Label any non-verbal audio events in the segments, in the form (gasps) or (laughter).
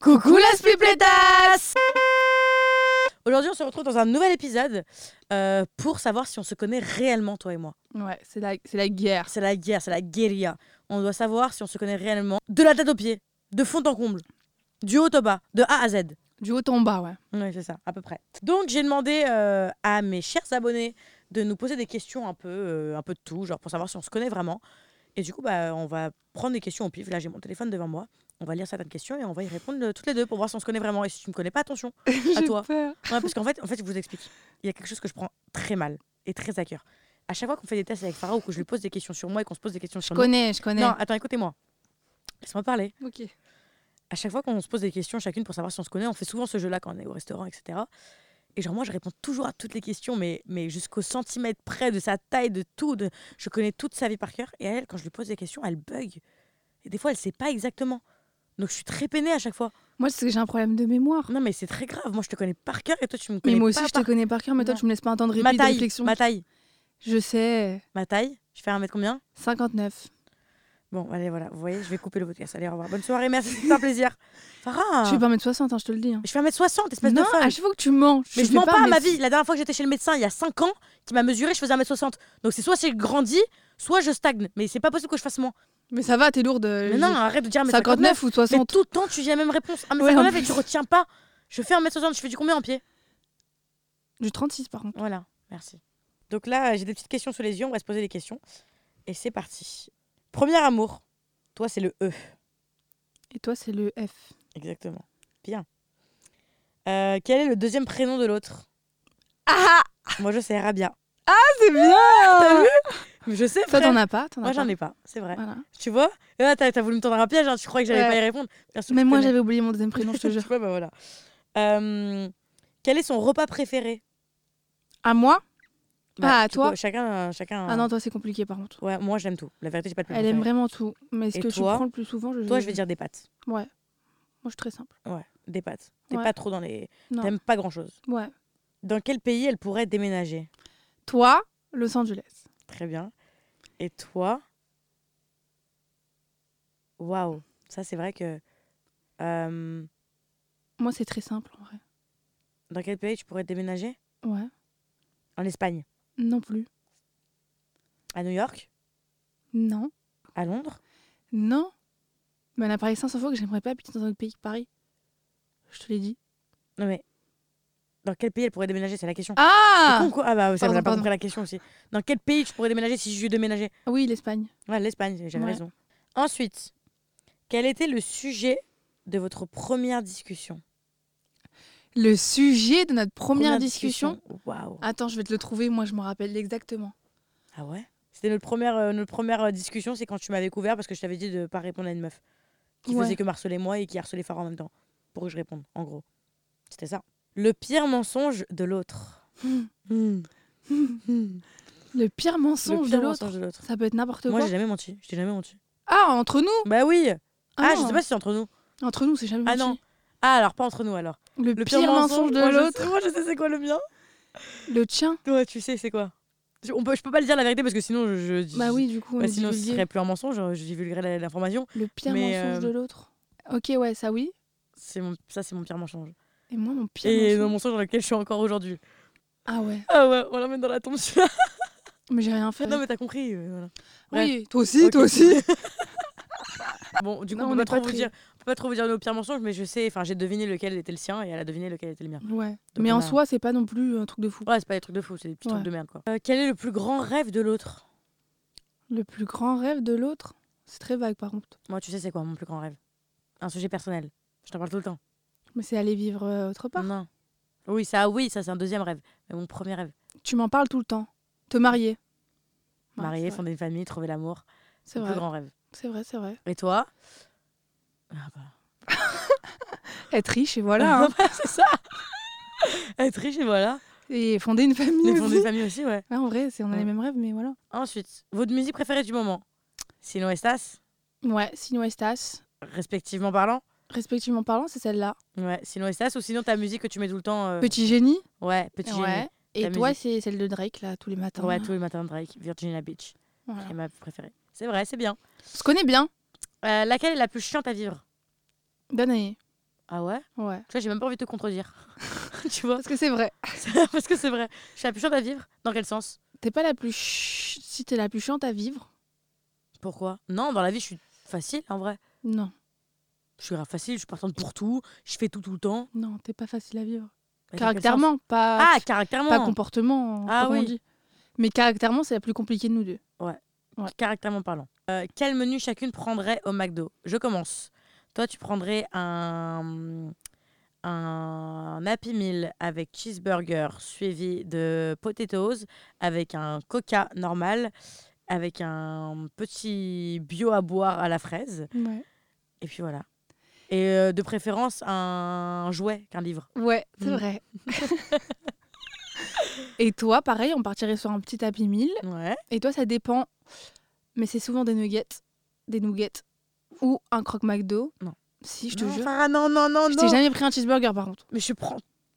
Coucou la Splipletas Aujourd'hui, on se retrouve dans un nouvel épisode euh, pour savoir si on se connaît réellement, toi et moi. Ouais, c'est la, c'est la guerre. C'est la guerre, c'est la guérilla. On doit savoir si on se connaît réellement de la tête aux pieds, de fond en comble, du haut au bas, de A à Z. Du haut en bas, ouais. Oui, c'est ça, à peu près. Donc, j'ai demandé euh, à mes chers abonnés de nous poser des questions un peu, euh, un peu de tout, genre pour savoir si on se connaît vraiment. Et du coup, bah, on va prendre des questions au pif. Là, j'ai mon téléphone devant moi. On va lire certaines questions et on va y répondre euh, toutes les deux pour voir si on se connaît vraiment. Et si tu me connais pas, attention. (laughs) J'ai toi. peur. Ouais, parce qu'en fait, en fait, je vous explique. Il y a quelque chose que je prends très mal et très à cœur. À chaque fois qu'on fait des tests avec Farah ou que je lui pose des questions sur moi et qu'on se pose des questions Je sur moi. connais, je connais. Non, attends, écoutez-moi. Laisse-moi parler. Ok. À chaque fois qu'on se pose des questions chacune pour savoir si on se connaît, on fait souvent ce jeu-là quand on est au restaurant, etc. Et genre, moi, je réponds toujours à toutes les questions, mais, mais jusqu'au centimètre près de sa taille, de tout. de- Je connais toute sa vie par cœur. Et elle, quand je lui pose des questions, elle bug. Et des fois, elle sait pas exactement. Donc, je suis très peinée à chaque fois. Moi, c'est que j'ai un problème de mémoire. Non, mais c'est très grave. Moi, je te connais par cœur et toi, tu me connais Mais moi pas aussi, je te par- connais par cœur, mais toi, Non. tu me laisses pas un temps de répit, Ma de taille, réflexion. ma taille, Je sais. ma taille. Je fais un mètre combien 59. Bon, allez, voilà. Vous voyez, je vais couper le podcast. Allez, au revoir. Bonne soirée. Merci, c'était un plaisir. Farah Je fais pas mettre 60, hein, je te le dis. hein. Je Ah. fais un mètre 60, espèce Non, ah, de folle. à chaque fois que tu mens, Mais je fais mens pas à mais ma c'est- vie. La dernière fois que j'étais chez le médecin, il y a 5 ans, qui m'a mesuré, je faisais 1m60. Donc c'est soit j'ai grandi, soit je stagne. Mais c'est pas possible que je fasse moins. Mais ça va, t'es lourde. euh, Mais non, arrête de dire j'ai 1m59. 59 ou Mais 60. tout le temps, tu dis la même réponse. 1m59 Ouais, en et tu plus. retiens pas. Je fais 1m60, je fais du combien en pied Du 36, par contre. Voilà, merci. Donc là, j'ai des petites questions sous les yeux, on va se poser des questions. Et c'est parti. Premier amour. Toi, c'est le E. Et toi, c'est le F. Exactement. Bien. Euh, quel est le deuxième prénom de l'autre Ah Moi, je sais Rabia. C'est bien Mais Je sais, Toi, frère. t'en as pas t'en as Moi, j'en pas. ai pas, c'est vrai. Voilà. Tu vois Et là, t'as t'as voulu me tendre un piège, hein, tu crois que j'allais Ouais. pas y répondre. Bien sûr que Même je moi, connais. j'avais oublié mon deuxième prénom, je (laughs) te Tu jure. vois, bah voilà. Euh, quel est son repas préféré À moi Bah, à du Ah, toi coup, Chacun, chacun. Ah non, toi, c'est compliqué, par contre. Ouais, moi j'aime tout. La vérité, j'ai pas de plat Elle aime préféré. vraiment tout. Mais ce Et que tu toi prends le plus souvent, je Toi, je vais dire des pâtes. Ouais. Moi, je suis très simple. Ouais, des pâtes. T'es Ouais. pas trop dans les. Non. T'aimes pas grand chose. Ouais. Dans quel pays elle pourrait déménager Toi, Los Angeles. Très bien. Et toi Waouh. Ça, c'est vrai que. euh, Moi, c'est très simple, en vrai. dans quel pays tu pourrais déménager Ouais. En Espagne. Non plus. À New York Non. À Londres Non. Mais on a parlé 500 fois que j'aimerais pas habiter dans un autre pays que Paris. Je te l'ai dit. Non mais dans quel pays elle pourrait déménager C'est la question. C'est Ah con, quoi Ah bah ça, on Pardon, n'a pas pardon. compris la question aussi. Dans quel pays tu pourrais déménager si je lui déménageais Oui, l'Espagne. Ouais, l'Espagne, j'avais Ouais. raison. Ensuite, quel était le sujet de votre première discussion Le sujet de notre première, discussion. Waouh. Attends, je vais te le trouver. Moi, je me rappelle (laughs) exactement. Ah ouais C'était notre première, euh, notre première euh, discussion, c'est quand tu m'avais couvert parce que je t'avais dit de pas répondre à une meuf qui Ouais. faisait que harceler moi et qui harcelait Farah en même temps pour que je réponde, en gros. C'était ça. Le pire mensonge de l'autre. Hmm. Hmm. Le pire Le mensonge pire de l'autre. mensonge de l'autre. Ça peut être n'importe Moi, quoi. j'ai jamais menti. Je t'ai jamais menti. Ah, entre nous Bah oui. Ah, je non. sais pas si c'est entre nous. Entre nous, c'est jamais Ah menti. non. Ah, alors pas entre nous alors. Le, pire, mensonge moi, de je sais- l'autre. Moi, je sais c'est quoi le mien. Le tien. Toi, tu sais c'est quoi. Je, on peut, je peux pas le dire la vérité parce que sinon je. je dis- Bah oui, du coup, on bah, est sinon, ce divulgué. serait plus un mensonge. Je divulguerais la- l'information. Le pire Mais, mensonge euh, de l'autre. Ok, ouais, ça oui. C'est mon, ça, c'est mon pire mensonge. Et moi, mon pire Et mon mensonge. mensonge dans lequel je suis encore aujourd'hui. Ah ouais, Ah ouais, on l'emmène dans la tombe. (laughs) celui-là. mais j'ai rien fait. non, mais t'as compris. euh, voilà. bref. oui, toi aussi, Ok. toi aussi. (laughs) Bon, du coup, Non, on, on peut est pas trop pas vous très- dire, on peut pas trop vous dire nos pires mensonges, mais je sais. Enfin, j'ai deviné lequel était le sien et elle a deviné lequel était le mien. Ouais. Donc, mais on en a- soi, c'est pas non plus un truc de fou. Ouais, c'est pas des trucs de fou, c'est des petits Ouais. trucs de merde quoi. Euh, quel est le plus grand rêve de l'autre Le plus grand rêve de l'autre, c'est très vague par contre. Moi, tu sais, c'est quoi mon plus grand rêve Un sujet personnel. Je t'en parle tout le temps. Mais c'est aller vivre euh, autre part. Non. Oui, ça, oui, ça, c'est un deuxième rêve. Mais mon premier rêve, Tu m'en parles tout le temps. Te marier. Ouais, marier, c'est vrai. fonder une famille, trouver l'amour, C'est c'est mon plus vrai. grand rêve. C'est vrai, c'est vrai. Et toi Ah bah, Être riche et (laughs) voilà. hein. c'est ça Être riche et voilà. Et fonder une famille. Mais aussi. fonder une famille aussi, ouais. Ouais, en vrai, c'est on a Ouais. les mêmes rêves, mais voilà. Ensuite, votre musique préférée du moment Sinon, Estas, Ouais, Sino Estas, respectivement parlant. respectivement parlant, c'est celle-là. Ouais, sinon Estas ou sinon ta musique que tu mets tout le temps. euh, Petit génie. Ouais, petit Ouais. Ta Et toi, musique. c'est celle de Drake, là, tous les matins. génie. Ouais, tous les matins de Drake, Virginia Beach. Voilà. C'est ma préférée. C'est vrai, c'est bien. On se connaît bien. Euh, laquelle est la plus chiante à vivre Danae. Ah ouais Ouais. Tu vois, j'ai même pas envie de te contredire. (laughs) tu vois Parce que c'est vrai. Parce que c'est vrai. Je suis la plus chante à vivre. Dans quel sens T'es pas la plus. ch- Si t'es la plus chiante à vivre, Pourquoi Non, dans la vie, je suis facile en vrai. non. Je suis grave facile, je suis partante pour tout, je fais tout tout le temps. Non, t'es pas facile à vivre. Mais dans quel sens Caractèrement, pas, Ah, caractèrement pas comportement, Ah pas comment on oui. dit. Mais caractèrement, c'est la plus compliquée de nous deux. ouais. Caractèrement parlant. Euh, quel menu chacune prendrait au McDo Je commence. Toi, tu prendrais un. Un Happy Meal avec cheeseburger suivi de potatoes, avec un coca normal, avec un petit bio à boire à la fraise. Ouais, Et puis voilà. Et euh, de préférence un jouet qu'un livre. c'est Mm. (laughs) vrai. et toi, pareil, on partirait sur un petit tapis mille. Ouais. Et toi, ça dépend. Mais c'est souvent des nuggets, des nuggets ou un croque McDo. Non. Si, je te Non, jure. Farah, non, non, non, Je Oh t'ai non. jamais pris un cheeseburger par contre. Mais je prends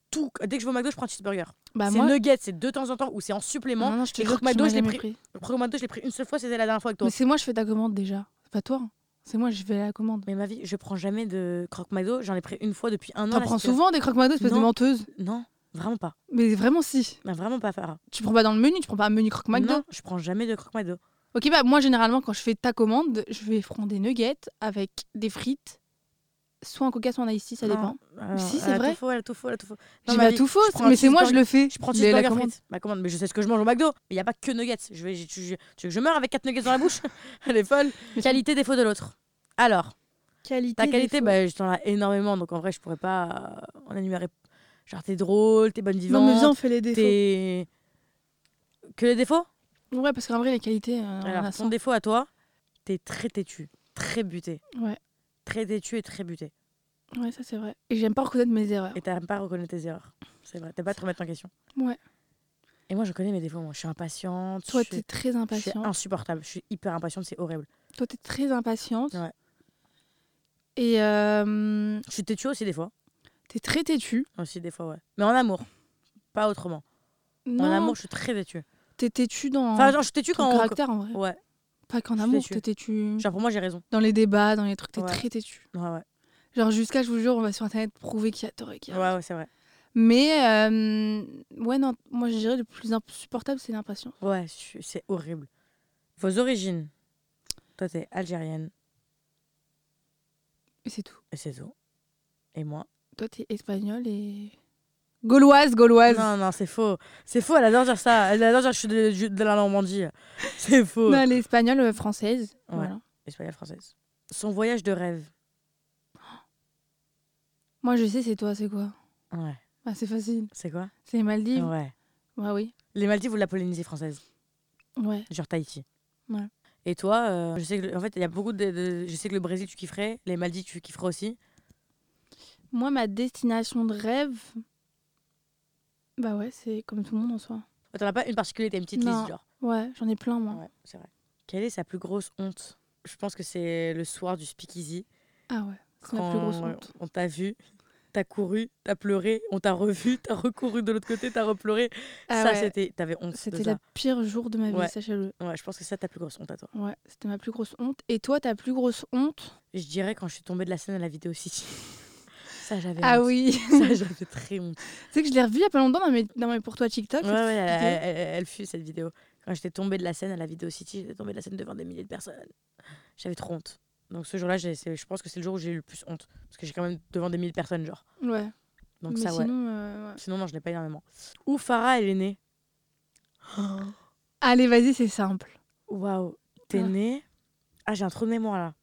tout. Dès que je vais au McDo, je prends un cheeseburger. Bah c'est moi, nuggets, c'est de temps en temps ou c'est en supplément. non, non, je te les jure croque que tu McDo, m'as je l'ai jamais pris. Le premier McDo, je l'ai pris une seule fois, c'était la dernière fois avec toi. Mais c'est moi, je fais ta commande déjà. C'est pas toi. hein. C'est moi, je vais à la commande. Mais ma vie, je prends jamais de croque McDo. J'en ai pris une fois depuis un an. T'en la prends situation- souvent des croque McDo, espèce de Non. menteuse. Non, vraiment pas. Mais vraiment si. Mais vraiment pas, Farah. Tu prends pas dans le menu, tu prends pas un menu croque McDo. Non, je prends jamais de Euh, croque McDo. Ok, bah moi généralement quand je fais ta commande, je vais prendre des nuggets avec des frites, soit un coca, soit un ice tea, ça dépend. Alors, Si, c'est elle a vrai. Tout faux, elle a tout faux, elle a tout faux. Non, J'ai ma pas vie, tout faux, bah, je prends un mais c'est moi je le fais. Je prends Les- la cheeseburger commande. frites. Ma commande, mais je sais ce que je mange au McDo. Mais il n'y a pas que nuggets. Je vais, tu, tu- tu veux que je meure avec quatre nuggets dans (laughs) la bouche Elle est folle. Mais- Qualité, défaut de l'autre. Alors, Qualité. ta qualité, défaut. bah, je t'en ai énormément. Donc en vrai, je pourrais pas euh, en énumérer. Genre, t'es drôle, t'es bonne vivante. Non mais viens, on fait les défauts. t'es. Que les défauts Ouais, parce qu'en vrai les qualités, euh, on en a Alors, ton cent. défaut à toi, t'es très têtu, très buté. Ouais. Très têtu et très buté. Ouais, ça c'est vrai. Et j'aime pas reconnaître mes erreurs. Et t'aimes pas reconnaître tes erreurs. C'est vrai, t'aimes pas te remettre en question. Ouais. Et moi, je connais mes défauts. Moi, je suis impatiente. Toi je suis- t'es très Je suis impatient. insupportable, je suis hyper impatiente, c'est horrible. Toi t'es très impatiente. Ouais. Et euh, Je suis têtue aussi des fois, t'es très têtu. aussi des fois ouais. Mais en amour, pas autrement. Non, En amour, je suis très têtue. t'es têtu dans Enfin, genre, je suis têtue ton quand on- caractère en vrai. Ouais, Pas qu'en je suis amour, têtue. t'es têtu genre pour moi j'ai raison. dans les débats, dans les trucs, t'es Ouais. très têtu. Ouais ouais. Genre jusqu'à, je vous jure, on va sur internet prouver qui a tort et qui a raison. Ouais ouais, c'est vrai. Mais euh, ouais, non, moi je dirais le plus insupportable, c'est l'impatience. Ouais, je suis- c'est horrible. Vos origines. Toi t'es algérienne Et c'est tout. et c'est tout. Et moi Toi, t'es espagnole et. Gauloise, gauloise. Non non, c'est faux. C'est faux, elle adore dire ça. Elle adore dire que je suis de, du- de la Normandie. (laughs) C'est faux. Non, elle est espagnole euh, française. Ouais. Voilà. Espagnole française. Son voyage de rêve. Moi, je sais, c'est toi, c'est quoi Ouais. ah, C'est facile. C'est quoi C'est les Maldives. Ouais. Ouais, oui. Les Maldives ou la Polynésie française Ouais. Genre Tahiti. Ouais. Et toi, euh, je sais que, le- en fait, il y a beaucoup de, de- Je sais que le Brésil, tu kifferais. Les Maldives, tu kifferais aussi. Moi, ma destination de rêve. Bah ouais, c'est comme tout le monde en soi. Oh, T'en as pas une particulière, t'as une petite Non. liste, genre. Ouais, j'en ai plein, moi. Ouais, c'est vrai. Quelle est sa plus grosse honte Je pense que c'est le soir du speakeasy. Ah ouais, c'est ma plus grosse quand honte. On t'a vu, t'as couru, t'as pleuré, on t'a revu, t'as recouru de l'autre côté, t'as repleuré. Ah ça, ouais, c'était. T'avais honte. de C'était ça. le pire jour de ma vie, Ouais. sachez-le. Ouais, je pense que c'est ça ta plus grosse honte à toi. Ouais, c'était ma plus grosse honte. Et toi, ta plus grosse honte Je dirais quand je suis tombée de la scène à la vidéo City. (laughs) ça, j'avais Ah honte. oui (laughs) (laughs) Ça, j'avais très honte. C'est que je l'ai revu il y a pas longtemps dans mes, dans mes pour toi TikTok. Ouais, cette ouais, elle, vidéo. elle- elle- elle fut cette vidéo. Quand j'étais tombée de la scène à la vidéo City, j'étais tombée de la scène devant des milliers de personnes. J'avais trop honte. Donc ce jour-là, j'ai- c'est- je pense que c'est le jour où j'ai eu le plus honte. Parce que j'ai quand même devant des milliers de personnes, genre. Ouais. Donc Mais ça, ouais. sinon, euh, ouais. Sinon, non, je n'ai pas énormément. Où Farah, elle est née Oh. Allez, vas-y, c'est simple. Waouh. T'es Ah. née. Ah, j'ai un trou de mémoire là.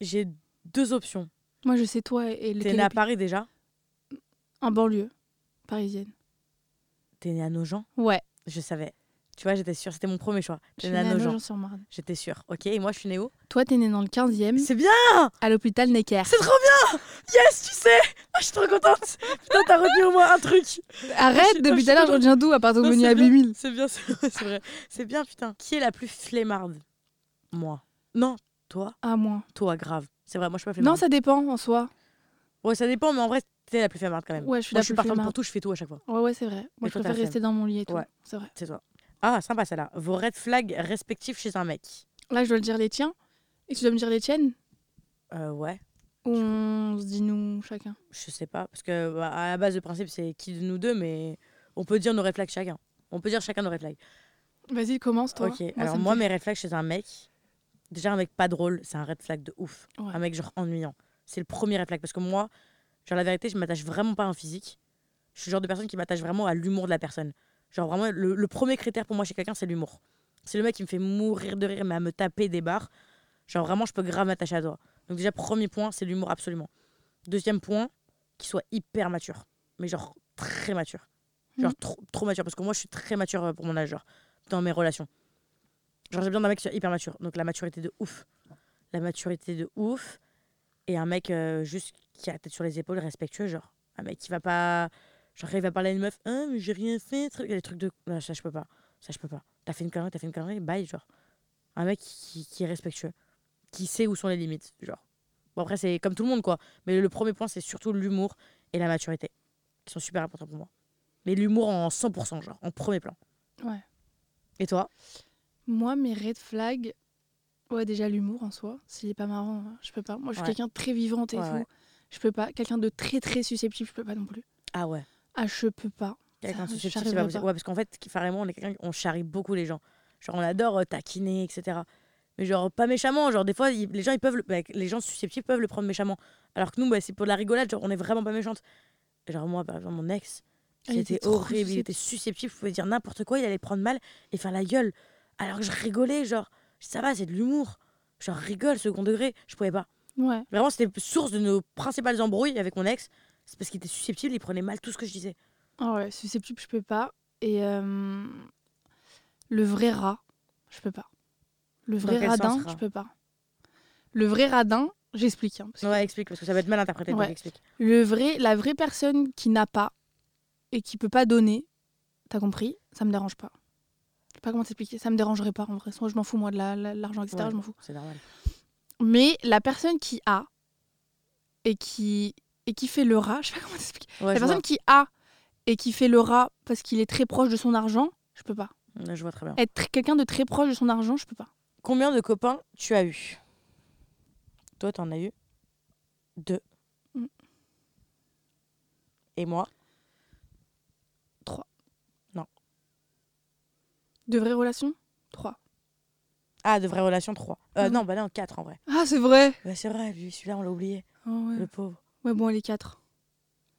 J'ai deux options. Moi, je sais toi et T'es lequel née à est pire. Paris déjà. En banlieue parisienne. T'es née à Nogent. Ouais. Je savais. Tu vois, j'étais sûre. C'était mon premier choix. Je T'es suis née à Nogent. sur marne J'étais sûre. Ok, et moi, je suis née où Toi, t'es né dans le 15e, C'est bien à l'hôpital Necker. C'est trop bien Yes, tu sais Ah, Je suis trop contente Putain, t'as retenu au moins (laughs) un truc Arrête, Je- depuis je- tout à l'heure, je reviens d'où à part de Non, menu c'est à bien, 8000 C'est bien, c'est vrai, c'est vrai. C'est bien, putain. Qui est la plus flemmarde Moi. Non, toi Ah, moins. Toi, grave. C'est vrai, moi, je suis pas Non, flemmarde. ça dépend en soi. Ouais, ça dépend, mais en vrai, t'es la plus flemmarde quand même. Ouais, je suis moi, la je suis plus partante flemmarde. pour tout, je fais tout à chaque fois. Ouais, ouais, c'est vrai. Moi, Mais je toi, t'as préfère la rester dans mon lit et tout. Ouais. C'est vrai. C'est toi. Ah, sympa, celle-là. Vos red flags respectifs chez un mec Là, je dois le dire les tiens. Et tu dois me dire les tiennes Euh, ouais. Ou dis-nous chacun. Je sais pas, parce que bah, à la base, le principe, c'est qui de nous deux, mais on peut dire nos red flags chacun. On peut dire chacun nos red flags. Vas-y, commence toi. Ok, Moi, ça alors me moi, fait- mes red flags chez un mec, déjà un mec pas drôle, c'est un red flag de ouf. Ouais. Un mec genre ennuyant. C'est le premier red flag parce que moi, genre la vérité, je m'attache vraiment pas à un physique. Je suis le genre de personne qui m'attache vraiment à l'humour de la personne. Genre vraiment, le, le premier critère pour moi chez quelqu'un, c'est l'humour. C'est le mec qui me fait mourir de rire, mais à me taper des barres. Genre vraiment, je peux grave m'attacher à toi. Donc déjà, premier point, c'est l'humour absolument. Deuxième point, qu'il soit hyper mature. Mais genre très mature. Genre Mhm. trop, trop mature. Parce que moi, je suis très mature euh, pour mon âge, genre, dans mes relations. Genre, j'ai besoin d'un mec qui soit hyper mature. Donc la maturité de ouf. La maturité de ouf. Et un mec euh, juste qui a la tête sur les épaules, respectueux, genre. Un mec qui va pas. Genre, il va parler à une meuf, ah, mais j'ai rien fait, truc, des trucs de. Non, ça, je peux pas. Ça, je peux pas. T'as fait une connerie, t'as fait une connerie, bye, genre. Un mec qui, qui est respectueux, qui sait où sont les limites, genre. Bon, après, c'est comme tout le monde, quoi. Mais le premier point, c'est surtout l'humour et la maturité, qui sont super importants pour moi. Mais l'humour en 100%, genre, en premier plan. Ouais. Et toi Moi, mes red flags, ouais, déjà l'humour en soi, s'il est pas marrant, hein, je peux pas. Moi, je suis Ouais. quelqu'un de très vivante et Ouais, tout. ouais. Je peux pas. Quelqu'un de très très susceptible, je peux pas non plus. Ah ouais. Ah, je peux pas. Quelqu'un de Ça, susceptible, c'est j'arriverai pas possible. Ouais, parce qu'en fait, qui- carrément, on est quelqu'un, on charrie beaucoup les gens. Genre, on adore euh, taquiner, etc. Mais genre, pas méchamment. Genre, des fois, ils- les gens, ils peuvent, le- bah, les gens susceptibles peuvent le prendre méchamment. Alors que nous, bah, c'est pour de la rigolade. Genre, on est vraiment pas méchante. Genre, moi, par exemple, mon ex, Ah, il qui était était trop horrible, il était susceptible, je pouvais dire n'importe quoi, il allait prendre mal et faire la gueule. Alors que je rigolais, genre, ça va, c'est de l'humour. Genre, rigole, second degré, je pouvais pas. Ouais. Vraiment, c'était source de nos principales embrouilles avec mon ex. C'est parce qu'il était susceptible, il prenait mal tout ce que je disais. Ah ouais, susceptible, je peux pas. Et euh, le vrai rat, je peux pas. Le vrai quel sens, radin, rat je peux pas. Le vrai radin, j'explique. hein, parce que Ouais, explique, parce que ça va être mal interprété, donc Ouais. explique. Le vrai, la vraie personne qui n'a pas et qui peut pas donner, t'as compris Ça me dérange pas. Je sais pas comment t'expliquer, ça me dérangerait pas en vrai. Moi, je m'en fous, moi, de la- la- l'argent, etc. Ouais. Je m'en fous. C'est normal. Mais la personne qui a et qui, et qui fait le rat, je sais pas comment t'expliquer. Ouais, la je, personne vois. qui a et qui fait le rat parce qu'il est très proche de son argent, je peux pas. Ouais, je vois très bien. Être tr- quelqu'un de très proche de son argent, je peux pas. Combien de copains tu as eu Toi, t'en as eu deux. Mm. Et moi De vraies relations Trois. Ah, de vraies relations, trois. Euh, Mm. Non, bah non, quatre en vrai. Ah, c'est vrai Ouais, c'est vrai, lui, celui-là, on l'a oublié, Ah ouais. le pauvre. ouais, bon, les quatre.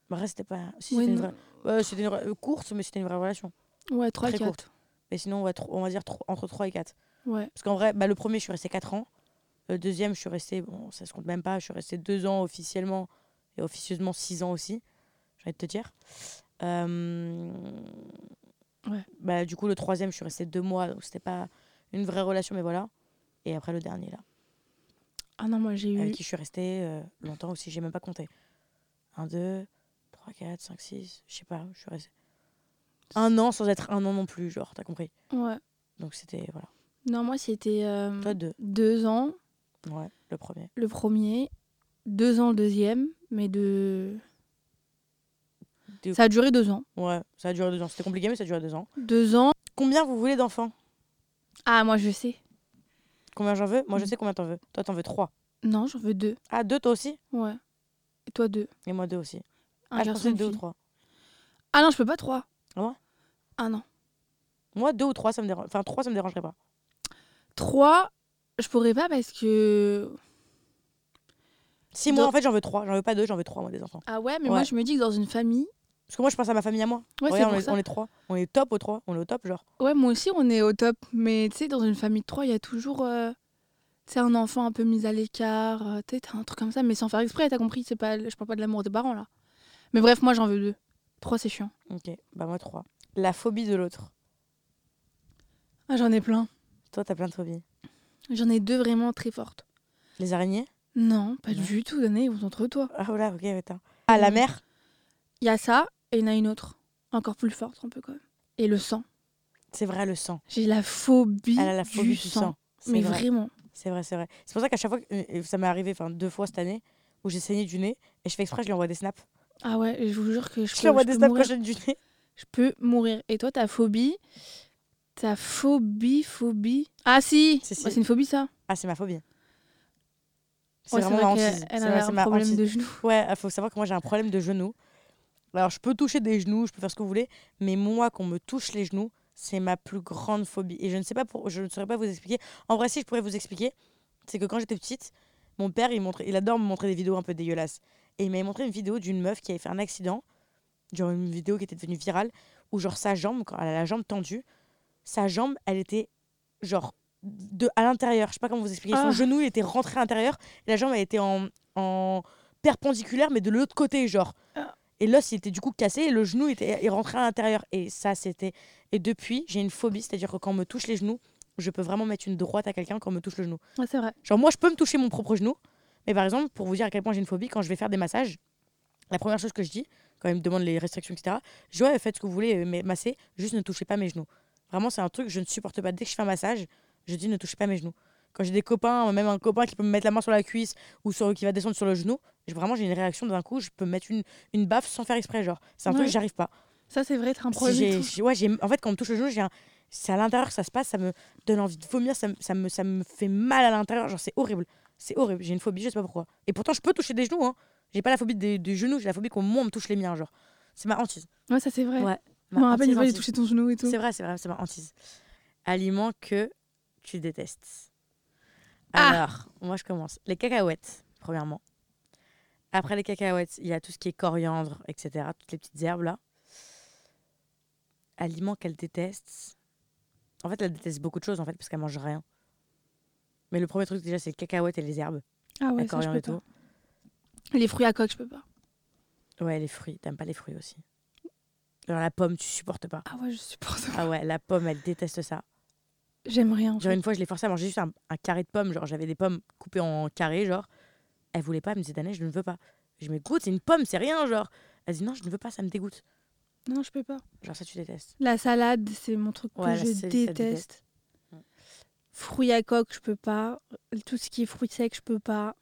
Mais après, c'était pas. Si, Ouais, c'était une non. vraie. Ouais, c'était une vraie- euh, courte, mais c'était une vraie relation. Ouais, trois, Très quatre. Mais sinon, on va, tro- on va dire tro- entre 3 et 4. Ouais. Parce qu'en vrai, bah, le premier, je suis restée 4 ans. Le deuxième, je suis restée, bon, ça se compte même pas, je suis restée 2 ans officiellement et officieusement 6 ans aussi, j'ai envie de te dire. Euh, Ouais. Bah, du coup, le troisième, je suis restée 2 mois, donc c'était pas une vraie relation, mais voilà. Et après, le dernier, là, Ah non, moi j'ai eu. avec qui je suis restée euh, longtemps aussi, j'ai même pas compté. 1, 2, 3, 4, 5, 6, je sais pas, je suis restée. Un an sans être un an non plus, genre, t'as compris. Ouais. Donc c'était, voilà. Non, moi c'était euh, Toi, deux. deux ans, Ouais, le premier. le premier, deux ans le deuxième, mais de. Des- Ça a duré deux ans. Ouais, ça a duré deux ans. C'était compliqué, mais ça a duré deux ans. Deux ans. Combien vous voulez d'enfants Ah, moi je sais. Combien j'en veux Mm. Moi, je sais combien t'en veux. Toi, t'en veux trois. Non, j'en veux deux. Ah, deux, toi aussi Ouais. Et toi deux. Et moi, deux aussi. Un ah, je garçon, pensais une deux ou fille. trois. Ah non, je peux pas trois. Ah ouais Ah non. Moi, deux ou trois, ça me dérange. Enfin, trois, ça me dérangerait pas. Trois, je pourrais pas parce que. Si, moi, Deux. en fait, j'en veux trois. J'en veux pas deux, j'en veux trois, moi, des enfants. Ah ouais, mais Ouais. moi je me dis que dans une famille. Parce que moi, je pense à ma famille à moi. Ouais, c'est Regarde, on, pour est, ça. on est trois. On est top aux trois. On est au top, genre. Ouais, moi aussi, on est au top. Mais tu sais, dans une famille de trois, il y a toujours. euh, tu sais, un enfant un peu mis à l'écart. euh, Tu sais, t'as un truc comme ça, mais sans faire exprès, t'as compris. C'est pas, je parle pas de l'amour des parents, là. Mais bref, moi, j'en veux deux. Trois, c'est chiant. Ok, bah, moi, trois. La phobie de l'autre. Ah, j'en ai plein. Toi, t'as plein de phobies. J'en ai deux vraiment très fortes. Les araignées Non, pas Non. du tout, Danae, ils vont entre toi. Ah, voilà, ok, attends. Ah, la Mm. mer Il y a ça, et il y en a une autre. Encore plus forte, un peu quand même. Et le sang. C'est vrai, le sang. J'ai la phobie, Elle a la phobie du sang. sang. C'est Mais vrai. vraiment. C'est vrai, c'est vrai. C'est pour ça qu'à chaque fois, que- euh, euh, ça m'est arrivé enfin, deux fois cette année, où j'ai saigné du nez, et je fais exprès, je lui envoie des snaps. Ah ouais, et je vous jure que je, Je lui peux, envoie je des peux snaps quand mourir. j'ai du nez. je peux mourir. Et toi, ta phobie Ta phobie, phobie Ah si, Si, si. Bah, C'est une phobie ça Ah, c'est ma phobie. C'est Ouais, vraiment vrai ma qu'elle- hantise. Elle C'est- a c'est un ma problème hantise. de genoux. Ouais, il faut savoir que moi j'ai un problème de genou. Alors je peux toucher des genoux, je peux faire ce que vous voulez, mais moi qu'on me touche les genoux, c'est ma plus grande phobie. Et je ne sais pas, pour... je ne saurais pas vous expliquer. En vrai, si je pourrais vous expliquer, c'est que quand j'étais petite, mon père il montrait, il adore me montrer des vidéos un peu dégueulasses. Et il m'avait montré une vidéo d'une meuf qui avait fait un accident, genre une vidéo qui était devenue virale, où genre sa jambe, quand elle a la jambe tendue, sa jambe, elle était genre de à l'intérieur. Je sais pas comment vous expliquer. Son Ah. genou, il était rentré à l'intérieur. et La jambe, elle était en, en perpendiculaire, mais de l'autre côté, genre. Ah. Et l'os, il était du coup cassé et le genou était, il rentrait à l'intérieur. Et ça, c'était. Et depuis, j'ai une phobie, c'est-à-dire que quand on me touche les genoux, je peux vraiment mettre une droite à quelqu'un quand on me touche le genou. Ouais, c'est vrai. Genre, moi, je peux me toucher mon propre genou. Mais par exemple, pour vous dire à quel point j'ai une phobie, quand je vais faire des massages, la première chose que je dis, quand ils me demandent les restrictions, etc., je dis ouais, faites ce que vous voulez, euh, mais masser, juste ne touchez pas mes genoux. Vraiment, c'est un truc que je ne supporte pas. Dès que je fais un massage, je dis ne touchez pas mes genoux. Quand j'ai des copains, même un copain qui peut me mettre la main sur la cuisse ou sur, qui va descendre sur le genou, je- vraiment, j'ai une réaction d'un coup, je peux me mettre une, une baffe sans faire exprès. Genre, c'est un truc Ouais. que j'arrive pas. Ça, c'est vrai, t'as un Si problème. j'ai- de tout. j'ai- ouais, j'ai- en fait, quand on me touche le genou, j'ai un- c'est à l'intérieur que ça se passe, ça me donne envie de vomir, ça, me- ça, me, ça me fait mal à l'intérieur, genre c'est horrible. C'est horrible, j'ai une phobie, je sais pas pourquoi. Et pourtant, je peux toucher des genoux, hein. J'ai pas la phobie des, des genoux, j'ai la phobie qu'on moi, on me touche les miens, genre. C'est ma hantise. Ouais, ça, c'est vrai. Ouais. Je me Ma rappelle, hantise, il fallait hantise. toucher ton genou et tout. C'est vrai, c'est vrai, c'est ma hantise. Aliment que tu détestes. Ah Alors, moi je commence. Les cacahuètes, premièrement. Après les cacahuètes, il y a tout ce qui est coriandre, etc. Toutes les petites herbes là. Aliment qu'elle déteste. En fait, elle déteste beaucoup de choses en fait parce qu'elle mange rien. Mais le premier truc déjà, c'est les cacahuètes et les herbes. Ah la ouais, ça, je coriandre peux et tout. pas. Les fruits à coque, je peux pas. Ouais, les fruits. T'aimes pas les fruits aussi. Alors la pomme, tu supportes pas. Ah ouais, je supporte pas. Ah ouais, la pomme, elle déteste ça. J'aime rien. en Genre fait. une fois, je l'ai forcée à manger juste un, un carré de pommes. Genre j'avais des pommes coupées en carrés, genre. Elle voulait pas, elle me disait Danae, je ne veux pas. Je m'écoute, c'est une pomme, c'est rien, genre. Elle dit non, je ne veux pas, ça me dégoûte. Non, je peux pas. Genre ça, tu détestes. La salade, c'est mon truc que Ouais, la je salade, ça déteste. déteste. Fruits à coque, je peux pas. Tout ce qui est fruits secs, je peux pas.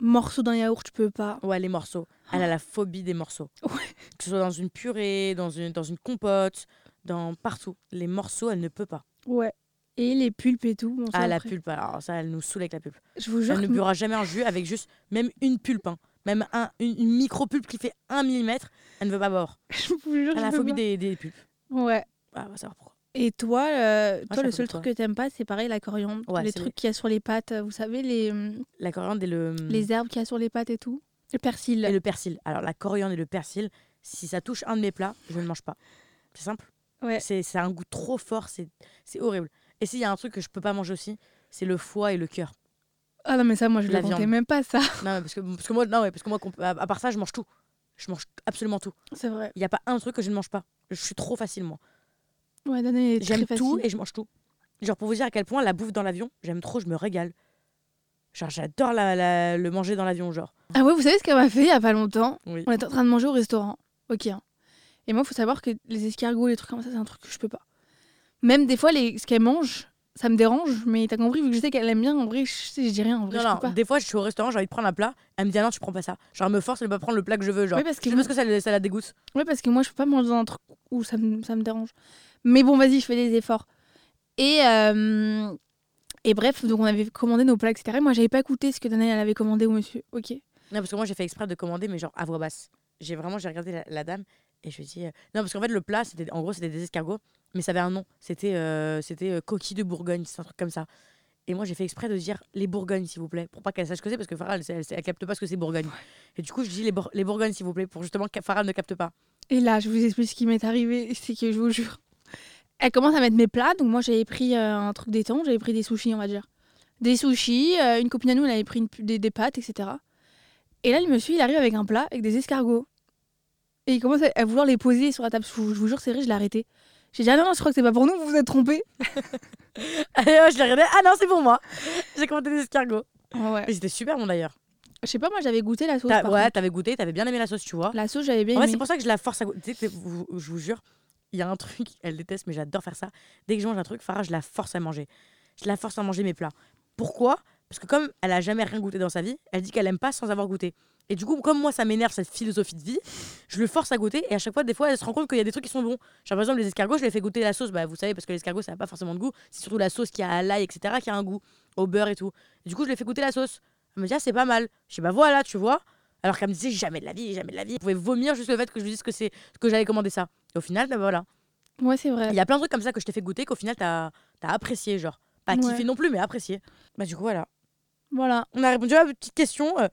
Morceaux d'un yaourt, je peux pas. Ouais, les morceaux. Elle a la phobie des morceaux. (gasps) Ouais. Que ce soit dans une purée, dans une, dans une compote, dans partout. Les morceaux, elle ne peut pas. Ouais. Et les pulpes et tout. bon, ça, Ah, la après. pulpe, alors ça, elle nous saoule avec la pulpe. Je vous jure. Elle ne que- buvra jamais un jus avec juste, même une pulpe, hein. même un, une, une micro-pulpe qui fait 1 mm, elle ne veut pas boire. (laughs) Je vous jure. je Elle a Ah, la peux phobie pas. des, des pulpes. Ouais. Ah, on va savoir pourquoi. Et toi, euh, j'ai toi le la phobie seul de truc quoi que t'aimes pas, c'est pareil la coriandre. Ouais, les c'est trucs qu'il y a sur les pattes, vous savez, les, hum, La coriandre et le, les herbes qu'il y a sur les pattes et tout. Le persil. et le persil. Alors, la coriandre et le persil, si ça touche un de mes plats, je ne mange pas. C'est simple. Ouais. C'est c'est un goût trop fort, c'est c'est horrible. Et s'il y a un truc que je peux pas manger aussi, c'est le foie et le cœur. Ah non, mais ça, moi, je La le comptais viande. même pas, ça. Non, mais parce que, parce que moi, non, ouais, parce que moi comp- à, à part ça, je mange tout. Je mange absolument tout. C'est vrai. Il n'y a pas un truc que je ne mange pas. Je suis trop facile, moi. Ouais, Danae, elle est J'aime très tout facile. et je mange tout. Genre, pour vous dire à quel point la bouffe dans l'avion, j'aime trop, je me régale. Genre, j'adore la- la- le manger dans l'avion, genre. Ah ouais, vous savez ce qu'elle m'a fait il y a pas longtemps Oui. On était en train de manger au restaurant. Ok. hein. Et moi, faut savoir que les escargots, les trucs comme ça, c'est un truc que je peux pas. Même des fois, les... ce qu'elle mange, ça me dérange, mais t'as compris, vu que je sais qu'elle aime bien, en vrai, je, sais, je dis rien, en vrai, Non, je non, peux pas. des fois je suis au restaurant, j'ai envie de prendre un plat, elle me dit ah non, tu prends pas ça. Genre, elle me force à ne pas prendre le plat que je veux. Genre, Oui, parce que je sais moi- pas ce que ça, le- ça la dégoûte. Ouais, parce que moi, je peux pas manger dans un truc où ça me, ça me dérange. Mais bon, vas-y, je fais des efforts. Et, euh, et bref, donc on avait commandé nos plats, etc. Et moi, j'avais pas écouté ce que Danae, elle avait commandé au monsieur. Ok. Non, parce que moi j'ai fait exprès de commander, mais genre à voix basse. J'ai vraiment, j'ai regardé la, la dame et je lui ai dit euh, non, parce qu'en fait le plat, c'était en gros, c'était des escargots, mais ça avait un nom. C'était euh, c'était euh, coquille de Bourgogne, c'est un truc comme ça. Et moi j'ai fait exprès de dire les Bourgognes, s'il vous plaît, pour pas qu'elle sache ce que c'est, parce que Farah, elle, elle, elle capte pas ce que c'est Bourgogne. Et du coup, je dis les, Bour- les Bourgognes, s'il vous plaît, pour justement que Farah ne capte pas. (laughs) Et là, je vous explique ce qui m'est arrivé, c'est que je vous jure. Elle commence à mettre mes plats, donc moi j'avais pris euh, un truc détente, j'avais pris des sushis, on va dire. Des sushis, euh, une copine à nous, elle avait pris une pu- des, des pâtes, etc. Et là, le monsieur, il arrive avec un plat, avec des escargots. Et il commence à, à vouloir les poser sur la table. Je vous, je vous jure, c'est vrai, je l'ai arrêté. J'ai dit, ah non, non, je crois que c'est pas pour nous, vous vous êtes trompés. Et euh, je l'ai regardé, ah non, c'est pour moi. J'ai commandé des escargots. Ouais. Et c'était super bon d'ailleurs. Je sais pas, moi j'avais goûté la sauce. T'as- par Ouais, contre. t'avais goûté, t'avais bien aimé la sauce, tu vois. La sauce, j'avais bien En fait, aimé. c'est pour ça que je la force à goûter. Tu sais, t'es- vous- Je vous jure, il y a un truc, (laughs) elle déteste, mais j'adore faire ça. Dès que je mange un truc, Farah, je la force à manger. Je la force à manger mes plats. Pourquoi Parce que comme elle a jamais rien goûté dans sa vie, elle dit qu'elle aime pas sans avoir goûté. Et du coup, comme moi, ça m'énerve cette philosophie de vie, je le force à goûter. Et à chaque fois, des fois, elle se rend compte qu'il y a des trucs qui sont bons. Genre, par exemple, les escargots, je les fais goûter la sauce. Bah, vous savez, parce que l'escargot, ça n'a pas forcément de goût. C'est surtout la sauce qui a à l'ail, etc., qui a un goût. Au beurre et tout. Et du coup, je les fais goûter la sauce. Elle me dit, ah, c'est pas mal. Je dis, bah voilà, tu vois. Alors qu'elle me disait, jamais de la vie, jamais de la vie. Elle pouvait vomir juste le fait que je lui dise que, c'est- que j'avais commandé ça. Et au final, bah voilà. Ouais, c'est vrai. Il y a plein de trucs comme ça que je t'ai fait goûter qu'au final, t'as as apprécié, genre. Pas kiffé Ouais. non plus, mais apprécié. Bah du coup, voilà. Voilà. On a répondu à votre petite question. euh.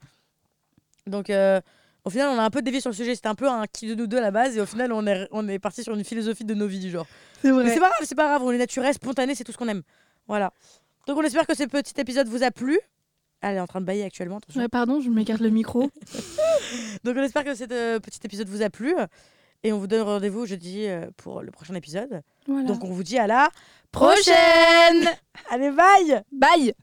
Donc, euh, au final, on a un peu dévié sur le sujet. C'était un peu un qui de nous deux à la base. Et au final, on est, on est parti sur une philosophie de nos vies, du genre. C'est Mais c'est pas grave, c'est pas grave. On est naturel, spontané, c'est tout ce qu'on aime. Voilà. Donc, on espère que ce petit épisode vous a plu. Elle est en train de bailler actuellement. attention. Ouais, pardon, je m'écarte le micro. Donc, on espère que ce petit épisode vous a plu. Et on vous donne rendez-vous jeudi euh, pour le prochain épisode. Voilà. Donc, on vous dit à la prochaine Allez, bye Bye